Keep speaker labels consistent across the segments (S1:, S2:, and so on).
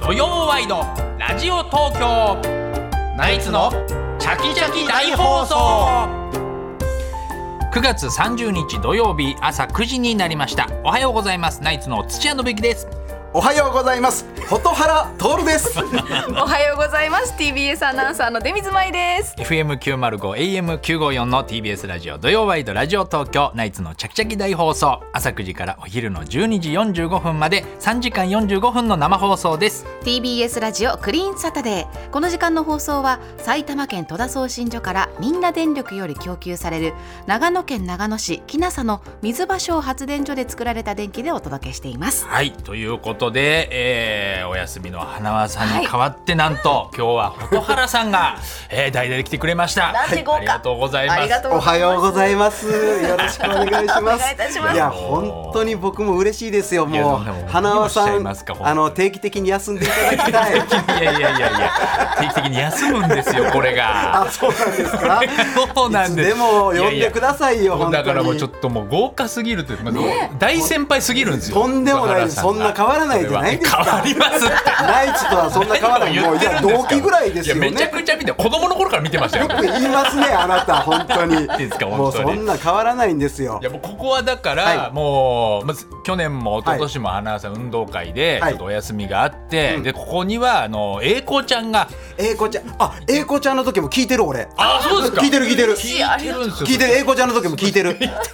S1: 土曜ワイドラジオ東京ナイツのチャキチャキ大放送9月30日土曜日朝9時になりましたおはようございますナイツの土屋信之です
S2: おはようございます。蛍原徹です。
S3: おはようございます TBS アナウンサーの出水舞です
S1: FM905 AM954 の TBS ラジオ土曜ワイドラジオ東京ナイツのチャキチャキ大放送朝9時からお昼の12時45分まで3時間45分の生放送です
S4: TBS ラジオクリーンサタデーこの時間の放送は埼玉県戸田送信所からみんな電力より供給される長野県長野市木NASAの水場所発電所で作られた電気でお届けしてい ます
S1: はいということで、えーお休みの花輪さんに代わって、なんと今日は蛍原さんが、えー、代打で来てくれました
S3: なんて豪華
S1: ありがとうございます
S3: ありがとう
S2: おはようございます。よろしくお願いします。
S3: お願いいたします
S2: や本当に僕も嬉しいですよ。も
S1: い
S2: う
S1: やでも
S2: 花輪さ
S1: 何をおっしゃい
S2: ん
S1: ますか本当に
S2: あの定期的に休んでいただきたい。
S1: いやいやいやいや定期的に休むんですよこれが
S2: あそうなんですか。
S1: そうなんです
S2: いつでも呼んでくださいよ
S1: いやいや
S2: 本当に。
S1: だからもうちょっともう豪華すぎるという、まあ大先輩すぎるんですよ
S2: とんでもない
S1: 蛍原さが
S2: そんな変わらないじゃないです
S1: そ
S2: か
S1: れは変わりますって
S2: ナイツとはそんな変わらない。もういや同期ぐらいですよね。
S1: いやめちゃくちゃ見て子供の頃から見てましたよ
S2: よく言いますねあなた本当に
S1: いいですか。
S2: も
S1: 本
S2: う
S1: 当に
S2: そんな変わらないんですよ
S1: いや。もうここはだから、
S2: はい
S1: もうまず去年も一昨年もアナウンサー運動会で
S2: は
S1: ち
S2: い
S1: ょっとお休みがあって、
S2: うん
S1: でここにはあの英子ちゃんが
S2: 英子ちゃんあ英子ちゃんの時も聞いてる俺。
S1: あそうですか
S2: 聞いてる聞いてる
S1: 聞いてるんですよ
S2: 聞いてる英子ちゃんの時も聞いて る。うんうんうん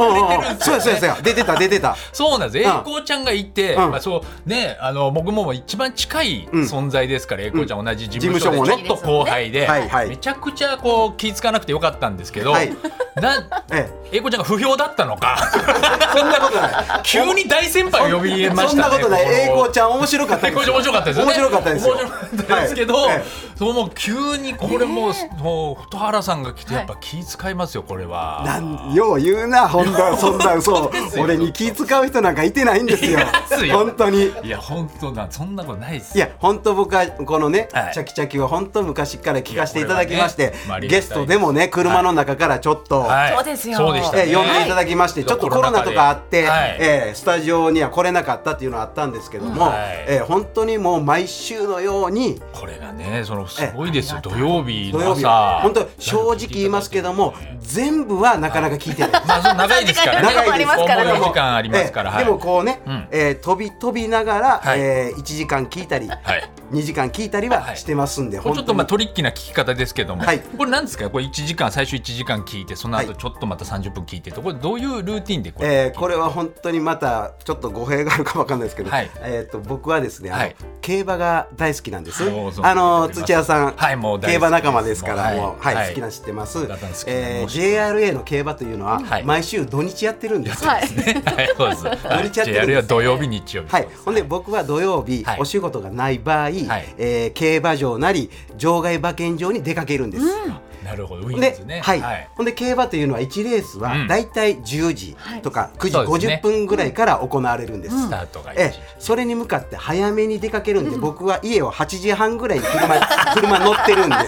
S2: そうやそうやそうや出てた出てた。
S1: そうなんです
S2: うん
S1: 英子ちゃんがいて、
S2: うん
S1: まあ、そうねあの僕も一番近い
S2: うん
S1: 存在ですから、英子ちゃん同じ事務
S2: 事
S1: 所
S2: 務
S1: で
S2: 所も
S1: ちょ
S2: ね
S1: っと後輩で、
S2: はいはい
S1: めちゃくちゃこう気ぃ付かなくてよかったんですけど、
S2: はい
S1: な
S2: ええ
S1: 英子ちゃんが不評だったの か
S2: そんなことない。
S1: 急に大先輩を呼び入れましたね
S2: そんなことない。英
S1: この
S2: 子ちゃん面白かった
S1: で
S2: です。
S1: これ面白かったですよね。
S2: 面白かったですよ
S1: 面白かったですけど、
S2: はいえ
S1: そうもう急にこれもう、もう蛍原さんが来てやっぱ気遣いますよこれは。
S2: なんよう言うな、本当そんな 嘘
S1: です。よ
S2: 俺に気使う人なんかいてないんですよ
S1: います。よ
S2: 本当に。
S1: いや本当なそんなことないです。
S2: いや本当僕はこのね、
S1: はい
S2: チャキチャキは本当昔から聞かせていただきまし
S1: いや
S2: て
S1: これはねまあありがたい
S2: ゲストでもね車の中からちょっと、
S1: はい
S3: そうですよ
S1: そうでしたね。
S2: えー呼んでいただきまして、
S1: はい
S2: ちょっとコロナとかあって、
S1: はい
S2: えースタジオには来れなかったっていうのはあったんですけども、
S1: はい
S2: えー本当にもう毎週のように
S1: これがねそのすごいですよ土曜日
S2: 土
S1: の
S2: 曜日
S1: 朝。
S2: 本当正直言いますけども全部はなかなか聞いてない。
S1: まあそう長いですからね。
S2: 長いです
S1: 思う
S3: 長いです
S1: 時間ありますから。
S2: えー
S1: はい
S2: でもこうね、
S1: うん
S2: えー飛び飛びながら、
S1: はい
S2: え1時間聞いたり、
S1: はい。
S2: 2時間聞いたりはしてますんで、
S1: これちょっとまあ
S2: 本当
S1: トリッキーな聞き方ですけども、
S2: はい
S1: これなんですかこれ一時間最初一時間聞いてその後
S2: はい
S1: ちょっとまた三十分聞いてとこれどういうルーティンでこ
S2: に
S1: れ、
S2: え ーこれは本当にまたちょっと語弊があるかわかんないですけど、
S1: はい
S2: えー、と僕はですねあの、
S1: はい
S2: 競馬が大好きなんです、
S1: そうそう
S2: あの土屋さん、
S1: はいもう大好きです
S2: 競馬仲間ですから
S1: はい
S2: もう、はい
S1: はい
S2: 好きなの知ってます、
S1: 馬さん好きなの
S2: えー
S1: 知って
S2: JRA の競馬というのは、
S1: はい
S2: 毎週土日やってるんです、
S3: はい
S1: はい、そうです。 は
S2: 乗
S1: い、
S2: り
S1: じ
S2: ちゃ
S1: ゃ
S2: っ
S1: あ
S2: てるんですね
S1: やるよ土曜日日曜日。
S2: はい、ほんで僕は土曜日、
S1: はい
S2: お仕事がない場合、えー競馬場なり場外馬券場に出かけるんです。
S1: なるほどウ
S2: ほ
S1: ィ
S2: ん
S1: ン
S2: で
S1: ズね。
S2: はいほんで競馬というのは1レース
S1: うん
S2: はだいたい10時とか9時
S1: そうですね
S2: 50分ぐらいから行われるんです。
S1: スタートが一
S2: え
S1: 時
S2: え、それに向かって早めに出かけるんで、僕は家を8時半ぐらいに車に車 に乗ってる んです。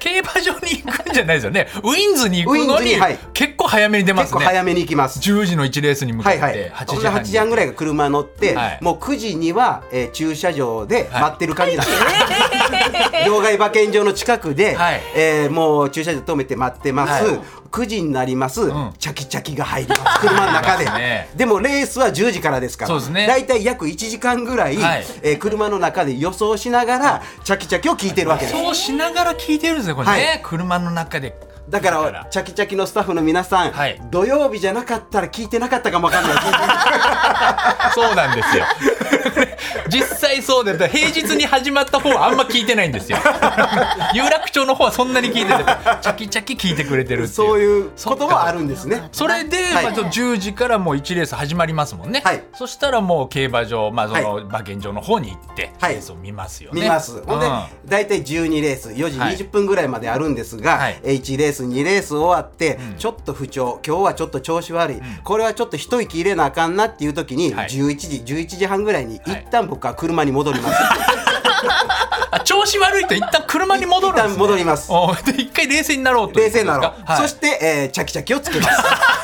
S1: 競馬場に行くんじゃないですよね。ウィンズに行く
S2: ウィン
S1: の
S2: ズ
S1: に
S2: にはい
S1: 結構早めに出ま
S2: 結
S1: す
S2: 構
S1: ね。
S2: 早めに行きます。
S1: 10時の1レースに向か
S2: は
S1: っ
S2: いは
S1: て
S2: い。
S1: 8
S2: ほん
S1: 時
S2: で8
S1: 半
S2: 時半ぐらい
S1: い。
S2: が車に乗って、
S1: はい
S2: もう9時には、えー駐車場で待ってる感じなんです。 場外馬券場の近くで、
S1: はい
S2: えーもう駐車場止めて待ってます、
S1: はい
S2: 9時になります、
S1: ん
S2: チャキチャキが入ります車の 中で、
S1: 入りますね
S2: でもレースは10時からですから
S1: そうですね
S2: 大体約1時間ぐらい、
S1: はい
S2: えー車の中で予想しながらチャキチャキを聞いてるわけです
S1: そうしながら聞いてるんですねこれね、
S2: は
S1: 車の中で。
S2: だからチャキチャキのスタッフの皆さん、
S1: はい
S2: 土曜日じゃなかったら聞いてなかったかもわかん ない
S1: そうなんです よ。実際そうで、だから平日に始まった方はあんま聞いてないんですよ。有楽町の方はそんなに聞いてて、チャキチャキ聞いてくれてるっていう。
S2: そういうこともあるんですね
S1: それで、
S2: はい
S1: まあ、ちょっと10時からもう1レース始まりますもんね、
S2: はい
S1: そしたらもう競馬場、まあ、そ
S2: は
S1: の馬券場の方に行って、
S2: はい
S1: レースを見ますよね
S2: 見ます、
S1: うん
S2: ほんで大体12レース4時
S1: はい
S2: 20分ぐらいまであるんですが、
S1: はい
S2: えー1レース2レース終わって、ちょっと不調今日はちょっと調子悪い、これはちょっと一息入れなあかんなっていう時に、
S1: はい
S2: 11時11時半ぐらいに
S1: はい
S2: 一旦僕は車に戻ります、
S1: あ調子悪いと一旦車に 戻るんです、ね、
S2: 一旦戻ります
S1: おーで一回冷静になろうという
S2: 冷静なの、
S1: ことですかはい、
S2: そして、えーチャキチャキをつけます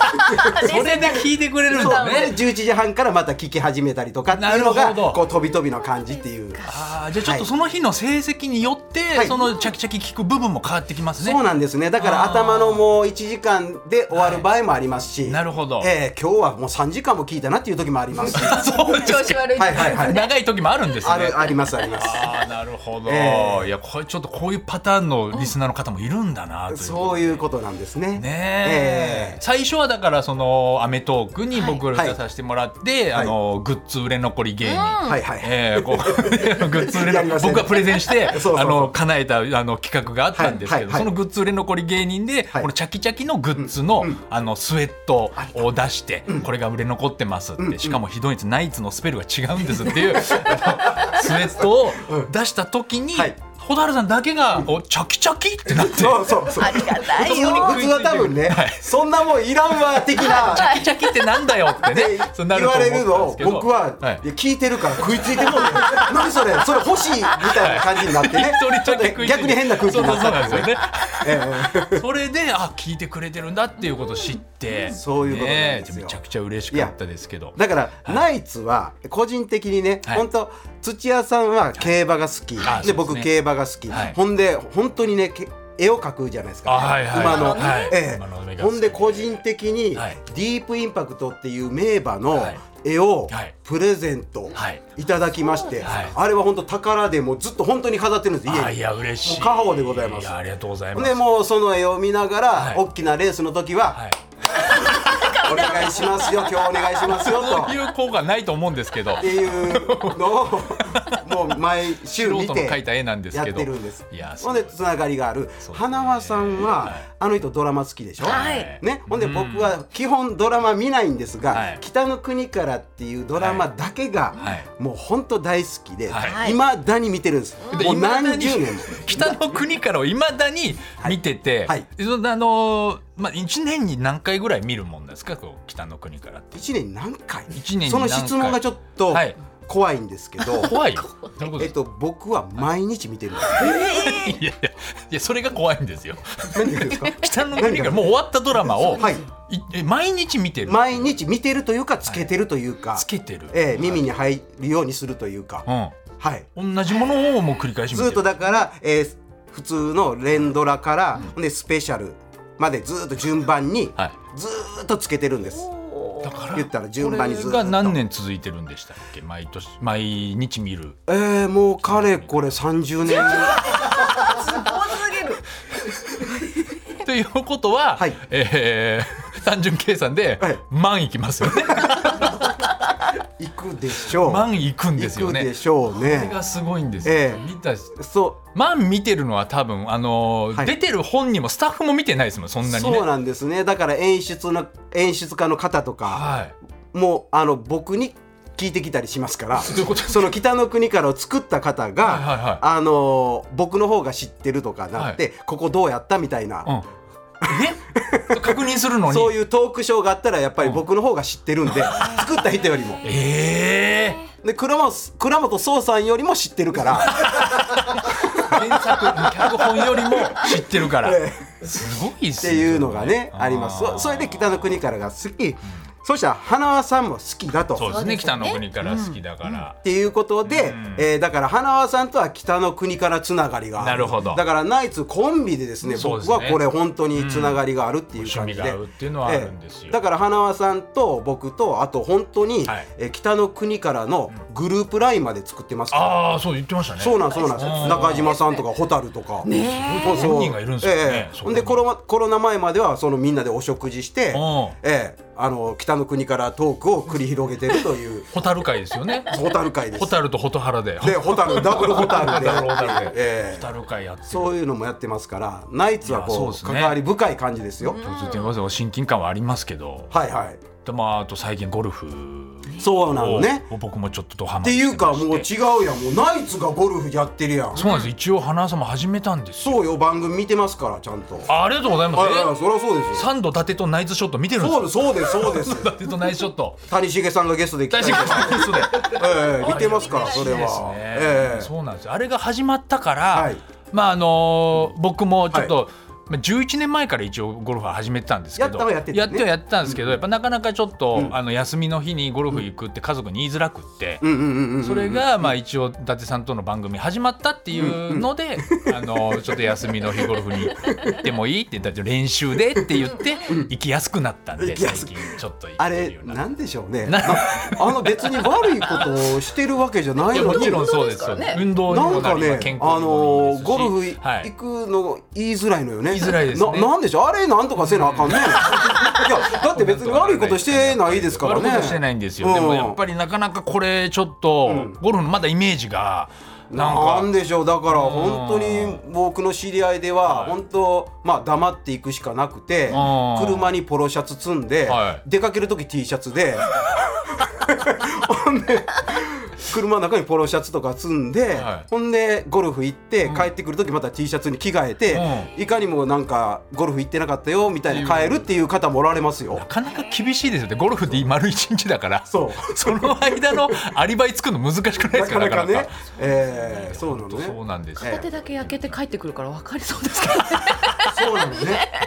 S1: それで聞いてくれるん
S2: そう
S1: だ
S2: これ
S1: ね
S2: 11時半からまた聞き始めたりとかっていう
S1: な
S2: のが
S1: るほど
S2: こう飛び飛びの感じっていう
S1: あーじゃあちょっとその日の成績によって、
S2: はい
S1: そのチャキチャキ聞く部分も変わってきますね
S2: そうなんですねだから
S1: あー
S2: 頭のもう1時間で終わる場合もありますし、
S1: なるほど
S2: えー今日はもう3時間も聞いたなっていう時もありま すし
S1: あ そうです
S3: 調子悪い。
S2: はいは いはい
S1: 長い時もあるんですね
S2: あるありますあり ます
S1: あーなるほど、
S2: ええ
S1: いやこれちょっとこういうパターンのリスナーの方もいるんだなという
S2: そういうことなんですね
S1: ねえ
S2: え
S1: 最初はだからその『アメトーーク』に僕ら
S2: はい
S1: 出させてもらって、
S2: はい
S1: あのグッズ売れ残り芸人、
S2: ーはいはい、
S1: ええこうグッズ売れ
S2: やり
S1: 残
S2: ま
S1: り
S2: したね
S1: 僕がプレゼンして
S2: そうそうそう
S1: あの叶えたあの企画があったんですけど、
S2: はいはいはい
S1: そのグッズ売れ残り芸人で、
S2: はい
S1: このチャキチャキのグッズの,、
S2: うんうん
S1: あのスウェットを出して、これが売れ残ってますって、しかもひどいやつナイツのスペルが違うんですっていう あのスウェットを出した時に、
S2: はい
S1: 蛍原さんだけがおチャキチャキってなって。
S2: そうそうそう
S3: ありがた
S2: 普
S3: い
S2: 通
S3: よ。
S2: 普通は多分ね、
S1: はい
S2: そんなもんいらんわ的 な
S1: チャキチャキってなんだよって
S2: で
S1: ねそうな
S2: 言
S1: と
S2: わ
S1: 思
S2: れるの
S1: ったんで
S2: を
S1: すけど
S2: 僕は、
S1: はい
S2: いや聞いてるから食いついてもんね 何それそれ欲しいみたいな感じになってね
S1: 一人
S2: ちょっ
S1: だけ食
S2: と
S1: いついて
S2: 逆に変な空気になっ
S1: そうそうそう
S2: た
S1: なんですよね
S2: え え
S1: それであ聞いてくれてるんだっていうことを知って
S2: そういうことなんですよ
S1: ねえめちゃくちゃ嬉しかったですけど
S2: だから、ナイツは個人的にね、
S1: はい
S2: 本当土屋さんは競馬が好き、
S1: あそうですね
S2: で僕競馬が好き、
S1: はい
S2: ほんで本当にねけ絵を描くじゃないですか、
S1: あはいはい
S2: 馬の、
S1: はい
S2: え
S1: 馬の目
S2: え
S1: が
S2: ほんで個人的に、
S1: はい
S2: ディープインパクトっていう名馬の
S1: はい
S2: 絵を
S1: はい
S2: プレゼント
S1: はい
S2: いただきまして、
S1: はい
S2: あれは本当宝でもうずっと本当に飾ってるんです
S1: あ
S2: 家
S1: い
S2: に。
S1: や嬉しい
S2: もう家宝でございます
S1: やありがとうござい
S2: ほ
S1: ま
S2: ん
S1: す
S2: でもうその絵を見ながら、
S1: はい
S2: 大きなレースの時は、
S1: はい
S2: お願いしますよ今日お願いしますよと
S1: そういう効果ないと思うんですけど
S2: っていうのをもう毎週
S1: 素
S2: 見
S1: 人の
S2: て
S1: 描いた絵なんです
S2: やっ
S1: けど
S2: てるんです
S1: いや
S2: ほんでつながりがある、
S1: そうですね
S2: 花輪さんは、
S1: はい
S2: あの人ドラマ好きでしょ、
S3: はい
S2: ね、ほんで
S1: うん
S2: 僕は基本ドラマ見ないんですが「
S1: はい
S2: 北の国から」っていうドラマだけが、
S1: はい
S2: もう本当大好きで、
S1: はい
S2: いまだに見てるんです、
S1: で
S2: もう
S1: 未だに
S2: 何十年も。
S1: 北の国からをいまだに見てて、
S2: はい
S1: そのあのーまあ、1年に何回ぐらい見るもんですかこう北の国からって
S2: 1年に何回
S1: 一年に
S2: そ
S1: 何
S2: の
S1: 回
S2: 質問がちょっと
S1: はい
S2: 怖いんですけど、
S1: 怖いよどういうこと
S2: え
S1: で
S2: っ
S1: す
S2: と、僕は毎日見てるんです。
S1: かいやいやいやそれが怖いんですよ
S2: 何がですか
S1: 北の国からもう終わったドラマを、
S2: はい
S1: いえ毎日見てる
S2: 毎日見てるというかつけてるというか、
S1: つけてる、
S2: ええ耳に入るようにするというか、はい、
S1: うん、同じものをもう繰り返し見て
S2: ず
S1: る
S2: っとだから、えー普通の連ドラから、ほんでスペシャルまでずっと順番に、
S1: は
S2: ずっとつけてるんです。
S1: だから
S2: 言ったら順番にずっと
S1: これが何年続いてるんでしたっけ毎年毎日見る
S2: えー、もうかれこれ30年
S1: ということは、
S2: はい
S1: えー単純計算で、
S2: はい
S1: 万いきます よね
S2: いくでしょう。
S1: 万いくんですよ
S2: いくで
S1: ね
S2: しょう
S1: それ
S2: ね。
S1: がすごいんですよ、
S2: え
S1: 見
S2: え
S1: た
S2: そ
S1: 万見てるのは多分あのー
S2: はい
S1: 出てる本人もスタッフも見てないですもんそん
S2: う、
S1: なにね
S2: そうなんですね。だから演出の演出家の方とか、
S1: はい
S2: もうあの僕に聞いてきたりしま すから
S1: ういうこと
S2: その北の国からを作った方が、
S1: はいはいはい
S2: あのー僕の方が知ってるとかなって、ここどうやったみたいな、
S1: うん、え確認するのに
S2: そういうトークショーがあったらやっぱり僕の方が知ってるん で、作った人よりも
S1: ええ
S2: で倉本倉本壮さんよりも知ってるから
S1: 原作脚本よりも 知ってるから
S2: え
S1: すごいっ
S2: っ
S1: す
S2: ていうのがねありますそ
S1: そ
S2: それで北の国からが好き、そしたら花輪さんも好きだと。
S1: そうですね北の国から好きだから、
S2: っていうことで、
S1: うん
S2: えーだから花輪さんとは北の国からつながりがある
S1: なるほど
S2: だからナイツコンビでですね
S1: そうですね
S2: 僕はこれ本当につながりがあるっていう
S1: 趣
S2: 感
S1: 味
S2: じ
S1: が
S2: で、
S1: 合うっていうのはあるんですよ、
S2: だから花輪さんと僕とあと本当に、
S1: はい
S2: えー北の国からのグループラインまで作ってますから、
S1: ああそう言ってましたね
S2: そうなんそうなんです
S1: あ
S2: よ
S1: ー
S2: 中島さんとか蛍とか。
S1: ね
S2: そうそう
S1: 本人がいるんですよね
S2: ええ
S1: そこ
S2: ほん
S1: に
S2: でコロナコロナ前まではそのみんなでお食事して
S1: うん、
S2: ええあの北の国からトークを繰り広げてると いう
S1: 蛍会ですよね
S2: 蛍会です。
S1: 蛍と蛍原で
S2: で蛍ダブル蛍で
S1: ダブル蛍で
S2: ええ
S1: 蛍会やってる
S2: そういうのもやってますから、ナイツはい
S1: やそ
S2: こ
S1: う
S2: う
S1: ですね
S2: 関わり深い感じですよ。
S1: ちょっと言ってみますよ親近感はありますけど
S2: はいはい。
S1: でまああと最近ゴルフ
S4: ね
S2: そうなのね。
S1: お僕もちょっとドハマ
S2: っ
S1: り
S2: て
S1: し
S2: い
S1: ま
S2: うか
S1: して
S2: もう違うやんもうナイツがゴルフやってるやん
S1: そうなんです一応花さんも始めたんですよ
S2: そうよ番組見てますからちゃんと
S1: あありがとうございます
S2: ああそりゃそうですよ
S1: サンド伊達とナイツショット見てるんです
S2: そう
S1: よ
S2: ですそうですそうです
S1: 伊 達とナイツショット
S2: 谷繁さんがゲストで来た
S1: 大
S2: り
S1: 志君さんゲストで
S2: ええ見てますからそれ
S1: いいです
S2: は
S1: ね
S2: ええ
S1: そうなんですよあれが始まったから、
S2: はい
S1: まああのー僕もちょっと、まあ11年前から一応ゴルフは始めてたんですけど
S2: やったはやってたね
S1: はやってたんですけど、やっぱなかなかちょっと、あの休みの日にゴルフ行くって家族に言いづらくって、
S2: うんうんうんうん
S1: それが、まあ、一応伊達さんとの番組始まったっていうので、 あのちょっと休みの日ゴルフに行ってもいいってだって練習でって言って行きやすくなったんで
S2: 行きや
S1: 最
S2: すく
S1: 近ちょっと行
S2: あ
S1: ける
S2: れ
S1: ようになっ
S2: なんでしょ うね
S1: な
S2: ああの別に悪いことをしてるわけじゃな
S1: たい
S2: い
S1: や
S2: の
S1: もち
S2: に
S1: ろんそうです
S3: 運動ですからね
S1: 運動に
S2: な
S1: も
S2: ん
S1: な
S2: か
S1: り、
S2: ね
S1: 健康
S2: あ
S1: にもいいで
S2: の
S1: すし
S2: ゴルフ
S1: はい
S2: 行くの言いづらいのよね
S1: 言いづらいですね
S2: ななんでしょうあれなんとかせなあかん ねいやだって別に悪いことしてないですからね
S1: 悪いことしてないんですよ、でもやっぱりなかなかこれちょっと、ゴルフのまだイメージがなん
S2: な
S1: か
S2: んでしょうだから本当に僕の知り合いでは
S1: はい
S2: 本当まあ黙っていくしかなくて
S1: あー
S2: 車にポロシャツ積んで
S1: はい
S2: 出かける時 T シャツ でほんで車の中にポロシャツとか積んで
S1: はい
S2: ほんでゴルフ行って帰ってくる時また T シャツに着替えていかにもなんかゴルフ行ってなかったよみたいな帰るっていう方もおられます よ
S1: な。かなか厳しいですよねゴルフで丸一日だから
S2: そう
S1: その間のアリバイ作るの難しくないで
S2: な
S1: すか
S2: かなか
S1: な
S2: ね
S1: か、
S2: えーそうなの
S1: そう
S2: ね。
S1: なんですよ
S2: ええ
S4: 片手だけ焼けて帰ってくるから分かりそうですけど
S2: そうなのね。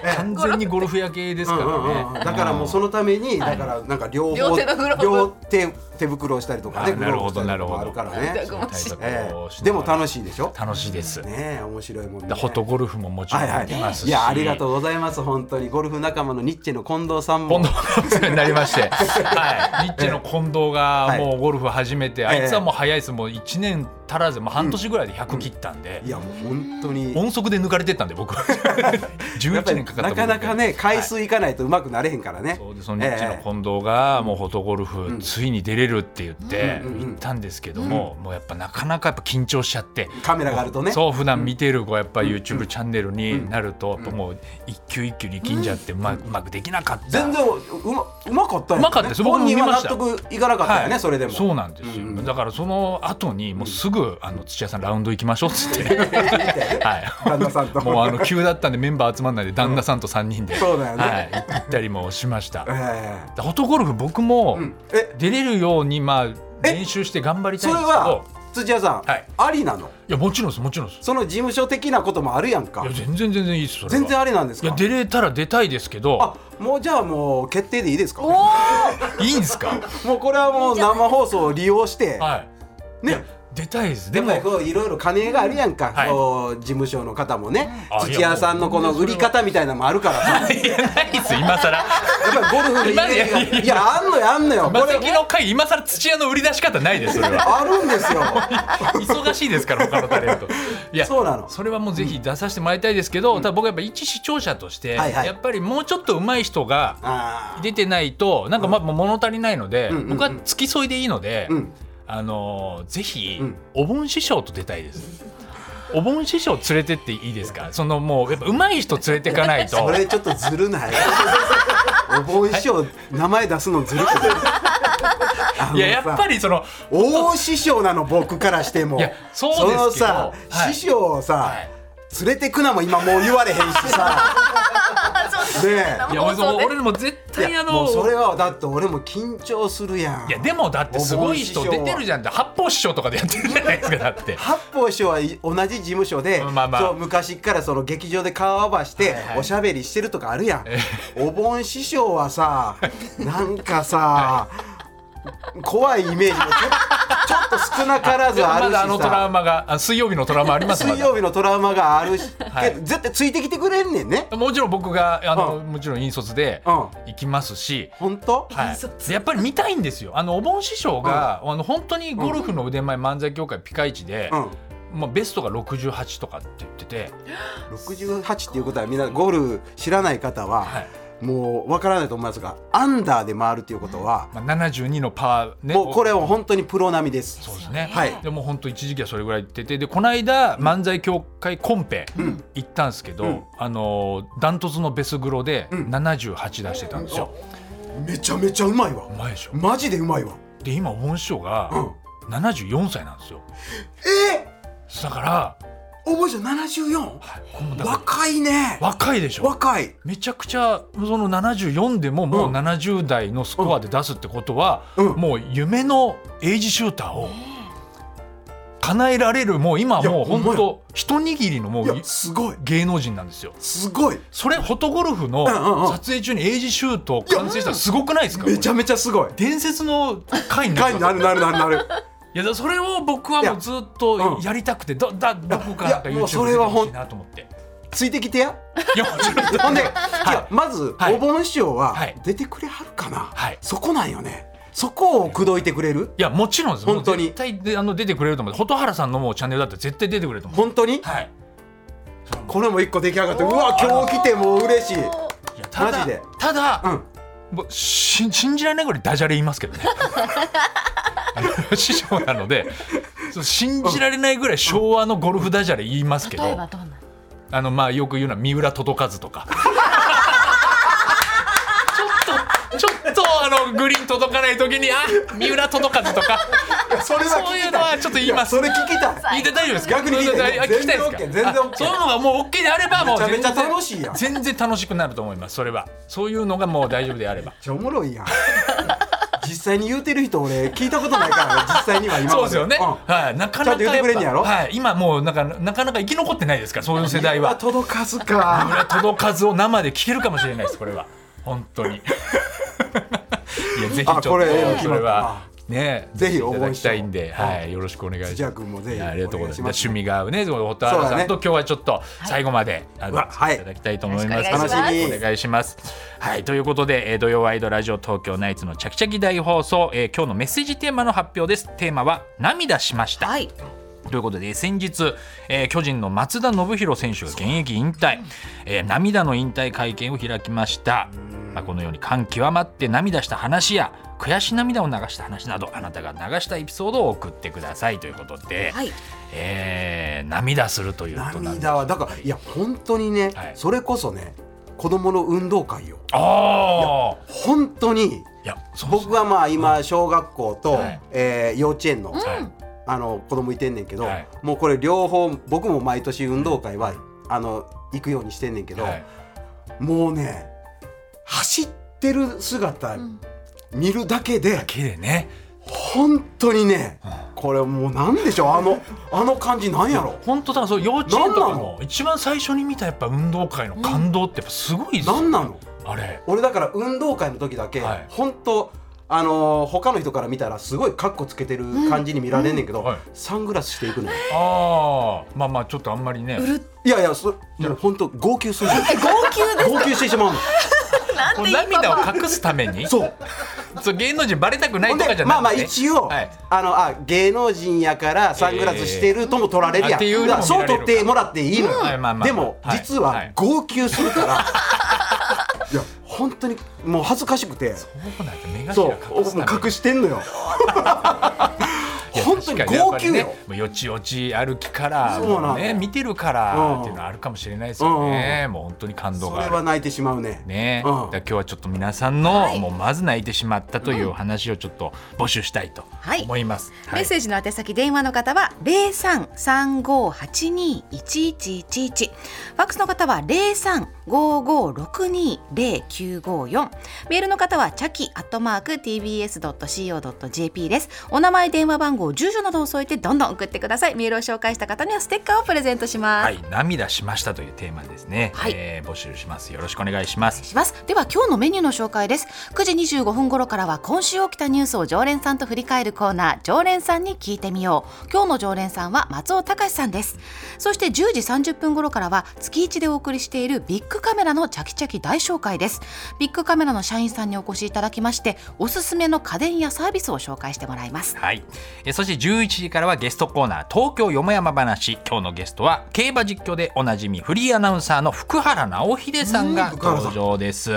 S2: えー
S1: 完全にゴルフ焼けですか
S2: うんうん
S1: ら
S2: うん
S1: ね。
S2: だからもうそのために、だからなんか両方
S3: 両手のグローブ
S2: 両手手袋をしたりとかね、
S1: あ
S2: グ
S1: なる
S2: ロー
S1: ほ
S2: ブした
S1: ど
S2: り
S1: な
S2: と
S1: るほ
S2: か
S1: ど
S2: あるからね。
S3: ごめんなさい
S2: ええでも楽
S1: し
S2: しいでしょ。
S1: 楽しいです。
S2: ねえ面白いもんね。
S1: でホットゴルフももちろん
S2: はいは
S1: やりま
S2: い。
S1: す
S2: い
S1: し。
S2: やありがとうございます本当にゴルフ仲間のニッチェの近藤さんも。
S1: 近藤がお世話になりまして、 はい、ニッチェの近藤が
S2: はい
S1: もうゴルフ始めて、
S2: ええ
S1: あいつはもう早いです、もう1年足らず、もう半年ぐらいで100切ったんで、
S2: いやもう本当に。
S1: 音速で抜かれてったんで、 僕は、11
S2: やっぱり
S1: 年かかった
S2: なかなかね回数いかないとうまくなれへんからね。
S1: そうでその日の近藤がもうフォトゴルフ、
S2: ん
S1: ついに出れるって言って
S2: うんうんうん
S1: 行ったんですけども、もうやっぱなかなかやっぱ緊張しちゃって、
S2: カメラがあるとね。
S1: そう普段見てるこうやっぱ YouTube チャンネルになると、やっぱもう一球一球力んじゃってうま,、うまくできなかった
S2: 全然うまうまかった
S1: う
S2: よね
S1: まかったです僕
S2: 本
S1: も見
S2: 人は
S1: ま
S2: 納
S1: した
S2: 得いかなかったよね、
S1: はい
S2: それでも。
S1: そうなんですよ、
S2: うんうん
S1: だからその後にもうすぐあの土屋さんラウンド行きましょうっつって、 はい
S2: 旦那さんと。
S1: もうあの急だったんでメンバー集まんないで旦那さんと3人で、
S2: そうだよね
S1: はい、行ったりもしました
S2: ええ
S1: でフォトゴルフ僕も、
S2: うんえ
S1: 出れるようにまあ
S2: え
S1: 練習して頑張りた
S2: そ
S1: いん
S2: れ
S1: ですけ
S2: は
S1: ど
S2: 土屋さん、
S1: はい
S2: ありなの
S1: いやもちろんですもちろんです
S2: その事務所的なこともあるやんか
S1: いや全然全然いいですそれは
S2: 全然ありなんです
S1: い
S2: か
S1: や出れたら出たいですけど
S2: あもうじゃあもう決定でいいですか
S3: お
S2: も
S1: いいんですか
S2: うこれはもう生放送を利用して
S1: はい
S2: ね
S1: 出たいです
S2: で
S1: でも
S2: もこういろいろ金があるやんか、
S1: はい
S2: こう事務所の方もね
S1: あ
S2: 土屋さんのこの売り方みたいなのもあるからさやっ
S1: いやないです今さら
S2: ぱりゴルフのイメージが
S1: 今ね
S2: いやあんのよあんのよ こ
S1: 馬
S2: れ
S1: 席の会今さら土屋の売り出し方ないですそれは
S2: あるんですよ
S1: 忙しいですから他のタレントいや
S2: そうなの
S1: それはもうぜひ出させてもらいたいですけど、ただ僕はやっぱ一視聴者として、
S2: はいはい
S1: やっぱりもうちょっと上手い人が
S2: あ
S1: 出てないとなんかまあ物足りないので、
S2: うんうんうん
S1: 僕は付き添いでいいので、
S2: ーうん
S1: あのーぜひ、
S2: うん
S1: お盆師匠と出たいです。お盆師匠連れてっていいですか。そのもうやっぱ上手い人連れていかないと。
S2: これちょっとずるないお盆師匠名前出すのずるくないあのさ
S1: いややっぱりその
S2: 大師匠なの僕からしても
S1: いやそうですけど
S2: のさ、
S1: はい
S2: 師匠をさ、
S1: はい
S2: 連れてくなも今もう言われへんし さね
S1: いや
S3: 放
S1: 俺
S3: 送で
S1: 俺も絶
S2: え
S1: 対あ
S2: も
S1: の
S2: うそれはだって俺も緊張するやん
S1: いやでもだってすごい人
S2: お盆師匠
S1: 出
S2: は
S1: てるじゃんって八方師匠とかでやってるじゃないですか だって。
S2: 八方師匠はい同じ事務所で、
S1: まあまあ
S2: そう昔からその劇場で顔合わして
S1: はいはい
S2: おしゃべりしてるとかあるやん、お盆師匠はさなんかさ、怖いイメージもちょちょっと少なからずあ
S1: ま
S2: るしさ
S1: だあのトラウマがあ水曜日のトラウマありますま
S2: 水
S1: だ
S2: 曜日のトラウマがあるし、
S1: はい
S2: けど絶対ついてきてくれんねんね
S1: もちろん僕があの、
S2: う
S1: もちろん引率で
S2: うん
S1: 行きますし、
S2: 本当、
S1: はい、でやっぱり見たいんですよあのお盆師匠が、あの本当にゴルフの腕前漫才協会ピカイチで、
S2: うん
S1: まあ、ベストが68とかって言ってて、
S2: 68っていうことはみんなゴルフ知らない方は、
S1: はい
S2: もうわからないと思いますがアンダーで回るっていうことは、
S1: まあ、72のパーね
S2: もうこれは本当にプロ並みです
S1: そうですね、
S2: はい
S1: でもう本当一時期はそれぐらい言っててでこの間漫才協会コンペ行ったんですけど、
S2: うん
S1: あのダントツのベスグロで
S2: ん
S1: 78出してたんですよ、
S2: めちゃめちゃうまいわ
S1: うまいでしょ
S2: マジでうまいわ
S1: で今おぼん師匠が
S2: うん
S1: 74歳なんですよ
S2: え
S1: だから
S2: ー、おぼん師匠 74?
S1: このだから
S2: 若いね
S1: 若いでしょ
S2: 若い
S1: めちゃくちゃその74でももう
S2: うん
S1: 70代のスコアで出すってことは、
S2: うん
S1: もう夢のエイジシューターを叶えられるもう今はい
S2: や
S1: もう本
S2: ほんま
S1: 当一握りのも
S2: いうやすごい
S1: 芸能人なんですよ
S2: すごい
S1: それフォトゴルフの
S2: うんうんうん
S1: 撮影中にエイジシュートを完成したらすごくないですか
S2: めちゃ
S1: こ
S2: めちゃすごい
S1: れ伝説の回にな
S2: 回
S1: り
S2: に
S1: ま
S2: な
S1: す
S2: るなるなるなる
S1: いやだそれを僕はもうずっと
S2: うん
S1: やりたくてどだどこかなんか
S2: いやも
S1: YouTube
S2: うそ
S1: で
S2: れ
S1: 見て
S2: は
S1: ほ
S2: ほん
S1: しいなと思って
S2: ついてき てや
S1: いやもちろん
S2: ほんで、
S1: い
S2: いやまず、
S1: はい
S2: お盆師匠は
S1: はい
S2: 出てくれはるかな、
S1: はい
S2: そこなんよねそこを口説いてくれる
S1: いやもちろんです
S2: 本当に
S1: もう絶対であの出てくれると思う蛍原さんのもうチャンネルだって絶対出てくれると思う
S2: 本当に、
S1: はい
S2: これも一個出来上がってうわ今日来てもう嬉しい、う
S1: いやただ
S2: マジで
S1: ただ、
S2: ん、
S1: もうし信じられないぐらいダジャレ言いますけどね あの師匠なのでそう信じられないぐらい昭和のゴルフダジャレ言いますけど、
S4: 例えばどんな
S1: あのまあよく言うのは三浦届かずとかちょっとちょっとあのグリーン届かない時にあ三浦届かずとか
S2: いやそれは聞きたい
S1: そういうのはちょっと言います
S2: やそれ聞きたい
S1: 聞いて大丈夫ですか
S2: 逆に聞いて
S1: あ聞きたいですか
S2: 全然 OK 全然 OK
S1: あそういうのがもう OK であればもう
S2: めちゃめちゃ
S1: 全然
S2: 楽しいやん
S1: 全然楽しくなると思いますそれはそういうのがもう大丈夫であれば
S2: めっちゃおもろいやん 実際に言うてる人俺聞いたことないから実際には今
S1: そ
S2: まで
S1: うですよね、
S2: ん
S1: はい、なかなか
S2: ちゃんと言ってくれんねやろ
S1: っぱはい、今もうなんかなかなか生き残ってないですからそういう世代
S2: あ
S1: は
S2: 届かず
S1: 三
S2: か
S1: 浦届かずを生で聞けるかもしれないですこれは本当 にいやぜひちょっ
S2: あ
S1: と
S2: これええの決
S1: そ
S2: まった
S1: れはね
S2: ぜひ
S1: お
S2: 応
S1: いただ
S2: 募
S1: き
S2: して
S1: たいんで、はい、よろしくお願いします
S2: じゃあ君もぜひ
S1: いやありがとうござい
S2: お願
S1: ま
S2: いし
S1: す。趣味が合うね、蛍
S2: そう
S1: 原
S2: だ
S1: さ
S2: ね
S1: んと今日はちょっと最後まで、あの
S2: うわはい
S1: いただきたいと思います。
S3: よろしくお願い
S2: します
S1: お願いします。はい、ということで、えー、土曜ワイドラジオ東京ナイツのチャキチャキ大放送、えー、今日のメッセージテーマの発表です。テーマは涙しました。
S4: はい
S1: ということで先日、えー巨人の松田宣浩選手が現役引退、えー涙の引退会見を開きました、まあ、このように感極まって涙した話や悔し涙を流した話などあなたが流したエピソードを送ってくださいということで、
S4: はい
S1: えー涙するということなんで
S2: 涙はだからいや本当にね、
S1: はい
S2: それこそね子供の運動会よ
S1: ああ
S2: 本当に
S1: いやそうです
S2: 僕はまあ今小学校と、
S1: はい
S2: えー幼稚園の、
S1: はい
S2: あの子供いてんねんけど、
S1: はい
S2: もうこれ両方僕も毎年運動会はあの行くようにしてんねんけど、
S1: はい
S2: もうね走ってる姿
S4: ん
S2: 見るだけで、
S1: けでね
S2: 本当にね、これもうなんでしょうあ のあの感じなんやろ
S1: 本当だからそう幼稚園とか
S2: なんな
S1: も一番最初に見たやっぱ運動会の感動ってやっぱすごいですよ
S2: なんなの
S1: あれ
S2: 俺だから運動会の時だけ、
S1: はい
S2: 本当あのー他の人から見たらすごいカッコつけてる感じに見られんねんけど、
S1: うんはい
S2: サングラスしていくのよ
S1: ああまあまあちょっとあんまりね
S2: いやいやそもう本当号泣するえ 号泣です号泣してしまうの
S1: こう涙を隠すために
S2: そう
S1: そう芸能人バレたくない
S2: ほん
S1: とかじ
S2: で
S1: ゃなくて、ね、
S2: まあまあ一応、
S1: はい
S2: あのあ芸能人やからサングラスしてるとも取られるや
S1: え
S2: ん、
S1: えあっていうのも
S2: だからそう
S1: 見られ
S2: 取
S1: る
S2: ってもらっていいのよ、
S1: うんはいまあまあ
S2: でも、
S1: はい
S2: 実
S1: は
S2: はい号泣す るから、い、や本当にもう恥ずかしくて
S1: そうなんて目
S2: そ
S1: 頭
S2: うも
S1: 隠
S2: う
S1: すために
S2: 隠してんのよ本当に
S1: いや確
S2: 号泣よ、
S1: かやっぱりね、もうよちよち歩きから
S2: そうなの
S1: もうね見てるからっていうのはあるかもしれないですよね、もう本当に感動
S2: そ
S1: があ
S2: れ
S1: る
S2: は泣いてしまうね
S1: ね、
S2: う
S1: だか
S2: ん
S1: ら今日はちょっと皆さんの、もうまず泣いてしまったというお話をちょっと募集したいと
S4: はい
S1: 思います、
S4: メッセージの宛先電話の方は零三三五八二一一一一、ファックスの方は零三五五六二零九五四、メールの方はチャキアットマーク TBS ドット CO ドット JP です。お名前、電話番号、住所などを添えてどんどん送ってください。メールを紹介した方にはステッカーをプレゼントします。
S1: はい、涙しましたというテーマですね、
S4: はい
S1: えー募集しますよろしくお願いします
S4: しますでは今日のメニューの紹介です9時25分頃からは今週起きたニュースを常連さんと振り返るコーナー常連さんに聞いてみよう今日の常連さんは松尾隆さんですそして10時30分頃からは月一でお送りしているビッグカメラのチャキチャキ大紹介ですビッグカメラの社員さんにお越しいただきましておすすめの家電やサービスを紹介してもらいます
S1: はい、えーそして11 11時からはゲストコーナー東京よもやま話今日のゲストは競馬実況でおなじみフリーアナウンサーの福原直秀さんが
S2: うん福原さん
S1: 登場です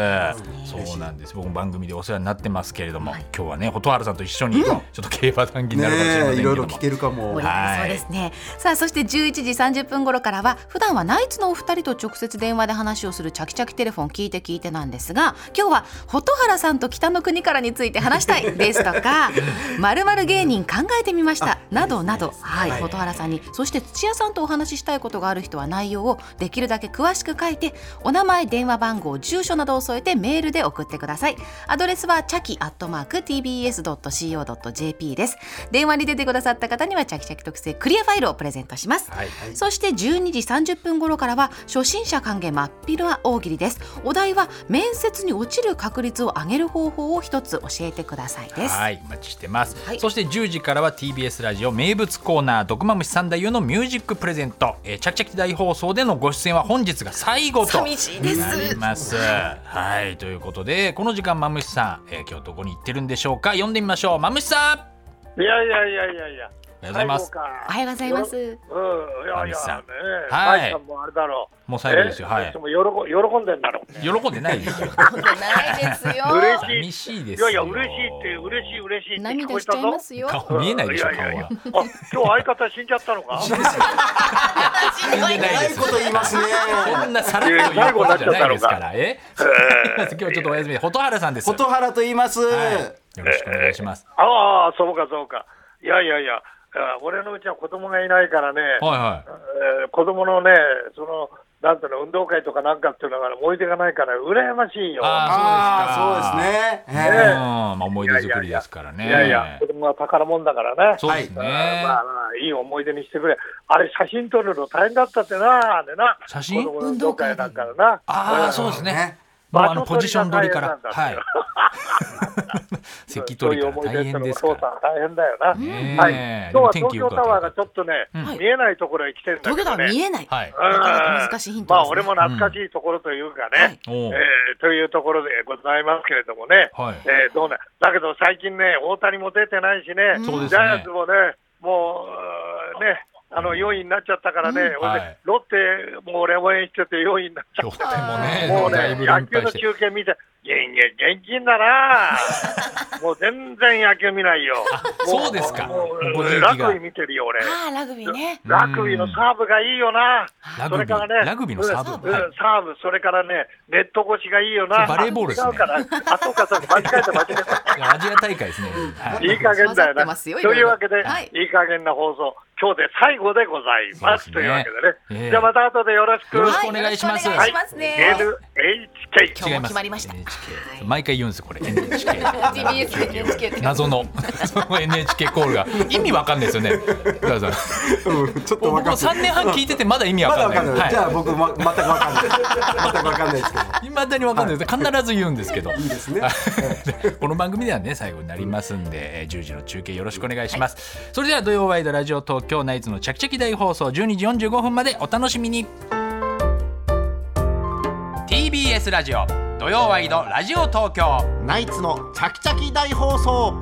S1: そうなんです僕も番組でお世話になってますけれども今日はね蛍原さんと一緒にちょっと競馬談義に
S2: ね
S1: なるかもしれません
S2: えい
S1: け
S2: ろ
S1: ど
S2: いろ
S1: も
S2: 聞けるかも
S4: 盛り上がりそうですね、さあそして11時30分頃からは普段はナイツのお二人と直接電話で話をするチャキチャキテレフォン聞いて聞いてなんですが今日は蛍原さんと北の国からについて話したいですとか まるまる芸人考えてみましたなどなど、はい
S2: はい
S4: 蛍原さんにそして土屋さんとお話ししたいことがある人は内容をできるだけ詳しく書いてお名前電話番号住所などを添えてメールで送ってくださいアドレスはチャキアットマーク TBS.CO.jp です電話に出てくださった方にはチャキチャキ特製クリアファイルをプレゼントします、
S1: はい
S4: そして12時30分頃からは初心者歓迎真っ昼は大喜利ですお題は面接に落ちる確率を上げる方法を一つ教えてくださいです
S1: はい、お待ちしてます、
S4: はい
S1: そして10時からは TBS ラジオ名物コーナー「毒まむし三太夫のミュージックプレゼント」えー「チャキチャキ大放送」でのご出演は本日が最後とな
S4: 寂しいです
S1: りますはいということでこの時間まむしさん、えー今日どこに行ってるんでしょうか読んでみましょうまむしさん
S5: いやいやいやいやいや。
S1: おはようございます
S5: 最後か
S4: おはようございます
S5: うん、いやい
S1: 神さ
S5: や
S1: ん、
S5: ねえ、
S1: はい
S5: マイさんもあれだろう。
S1: もう最後ですよ
S5: え
S1: はい
S5: でも喜喜んでんだろうね。
S1: 喜んでないですよ
S3: ないですよ。
S5: 嬉しい。
S1: 寂しいで
S5: い
S1: すよ
S5: やいや、嬉しいって、嬉しい、嬉しいって聞
S3: 涙
S5: こえ
S3: しちゃ
S5: た
S3: い
S5: ぞ
S3: ま。すよ。
S1: 顔見えないでしょ
S5: うん
S1: 顔
S5: や
S1: は
S5: や
S1: い
S5: やあ、今日相方死んじゃった のか。
S1: 死んでない
S2: な
S1: で
S2: い
S1: す
S2: こと言いますね
S1: こんなさらっと言うことじゃないですからえ 今日ちょっとお休みで蛍原さんです
S2: 蛍原と言います、
S1: はい、よろしくお願いします、
S5: ああ、そうか、そうか。いやいやいや、あ俺のうちは子供がいないからね。
S1: はいはい
S5: えー子供のね、その、なんていうの、運動会とかなんかっていうのが、思い出がないから、羨ましいよ。
S1: あ
S2: ああーそうですね、
S1: うん
S2: ええ
S1: まあ、思い出作りですからね。
S5: いやいや、子供は宝物だからね。
S1: そうですね、
S5: まあまあ、いい思い出にしてくれ。あれ、写真撮るの大変だったってな、あれな。
S1: 写真
S5: 子供の運動会なんかでな。
S1: ああ、
S5: ん
S1: そうですね
S2: ね。
S1: もう
S5: まあ
S1: あのポジション取りから、
S5: そう
S1: はい。席取りから大変です
S5: そう
S1: か
S5: いう
S1: ら。
S5: 思い出ってのも父さん大変だよな。
S1: ねえ
S5: はい。
S1: で
S5: 今日
S1: も
S5: は
S1: 天
S5: 東
S1: 気
S5: 京
S1: 良か
S5: タ
S1: った
S5: ワ
S1: か
S5: ーが
S1: ら
S5: ちょっとね、
S1: うん
S5: 見えないところへ来てんだ
S4: 東
S5: け
S4: 京タ
S5: ど
S4: ワー見
S5: ね。
S4: えない、
S1: はい。
S5: うん
S4: なかなか難しいヒント
S5: ま
S4: ですね
S5: あ、俺も懐かしいところというかね。
S4: はい
S1: おう
S5: えーというところでございますけれどもね、
S1: はい
S5: えーどうなだけど最近ね、大谷も出てないしね、
S1: そうですね
S5: ジャイアンツもね、もううーね、あの4位になっちゃったからね、俺ね
S1: はい
S5: ロッテも俺応援してて4位になっちゃ
S1: 今
S5: っ
S1: 日でも
S5: た、
S1: ね、
S5: もう
S1: だい
S5: ね、
S1: ぶ
S5: 野
S1: 連
S5: 球
S1: 敗
S5: の
S1: して。
S5: 中継見て、元気、現金だな、 もう全然野球見ないよ、も
S1: そうですか
S5: もう
S1: ご自由
S5: ラ
S1: 気が
S5: グビー見てるよ、俺。
S4: ああラグビーね
S5: ラグビーのサーブがいいよな。
S1: ラ
S5: そ
S1: グ
S5: れ
S1: ビ
S5: から
S1: ー、
S5: ね、
S1: ラグビーのサー
S5: う
S1: ブ。
S5: ん
S1: はい
S5: うんサーブ、それからね、ネット越しがいいよな。
S1: バレーボールですね
S5: 違うかなあ、そうか、そうか、間違えた、間違えた。
S1: いやアジア大会ですね。 はい
S5: いい加減だよ
S4: 混ざって
S5: な。
S4: ますよ
S5: というわけで、
S4: はい
S5: い、い加減な放送、今日で最後でございます。
S1: そうですね
S5: というわけでね、
S1: ええ
S5: じゃあまた後でよろしく。
S1: よろしくお願いします
S3: はお願いしますね。
S5: NHK。
S4: 今日も決まりました
S1: 違いす NHK 毎回言うんですこれ NHK
S3: TBS で NHK って。
S1: 謎の その NHK コールが意味わかんないですよね。福原さん
S2: うんちょっ
S1: 僕
S2: と分
S1: も
S2: かんな
S1: 3
S2: い
S1: 年半聞いててまだ意味わ
S2: まだ
S1: かん
S2: 分
S1: ない。
S2: かんない、じゃあ僕、ま、全く分かんない全く分かんないですけ ど
S1: いまだにわかんないです、必ず言うんですけど
S2: いいですね
S1: この番組ではね最後になりますんで、えー10時の中継よろしくお願いします、それでは土曜ワイドラジオ東京ナイツのチャキチャキ大放送12時45分までお楽しみに TBS ラジオ土曜ワイドラジオ東京
S6: ナイツのチャキチャキ大放送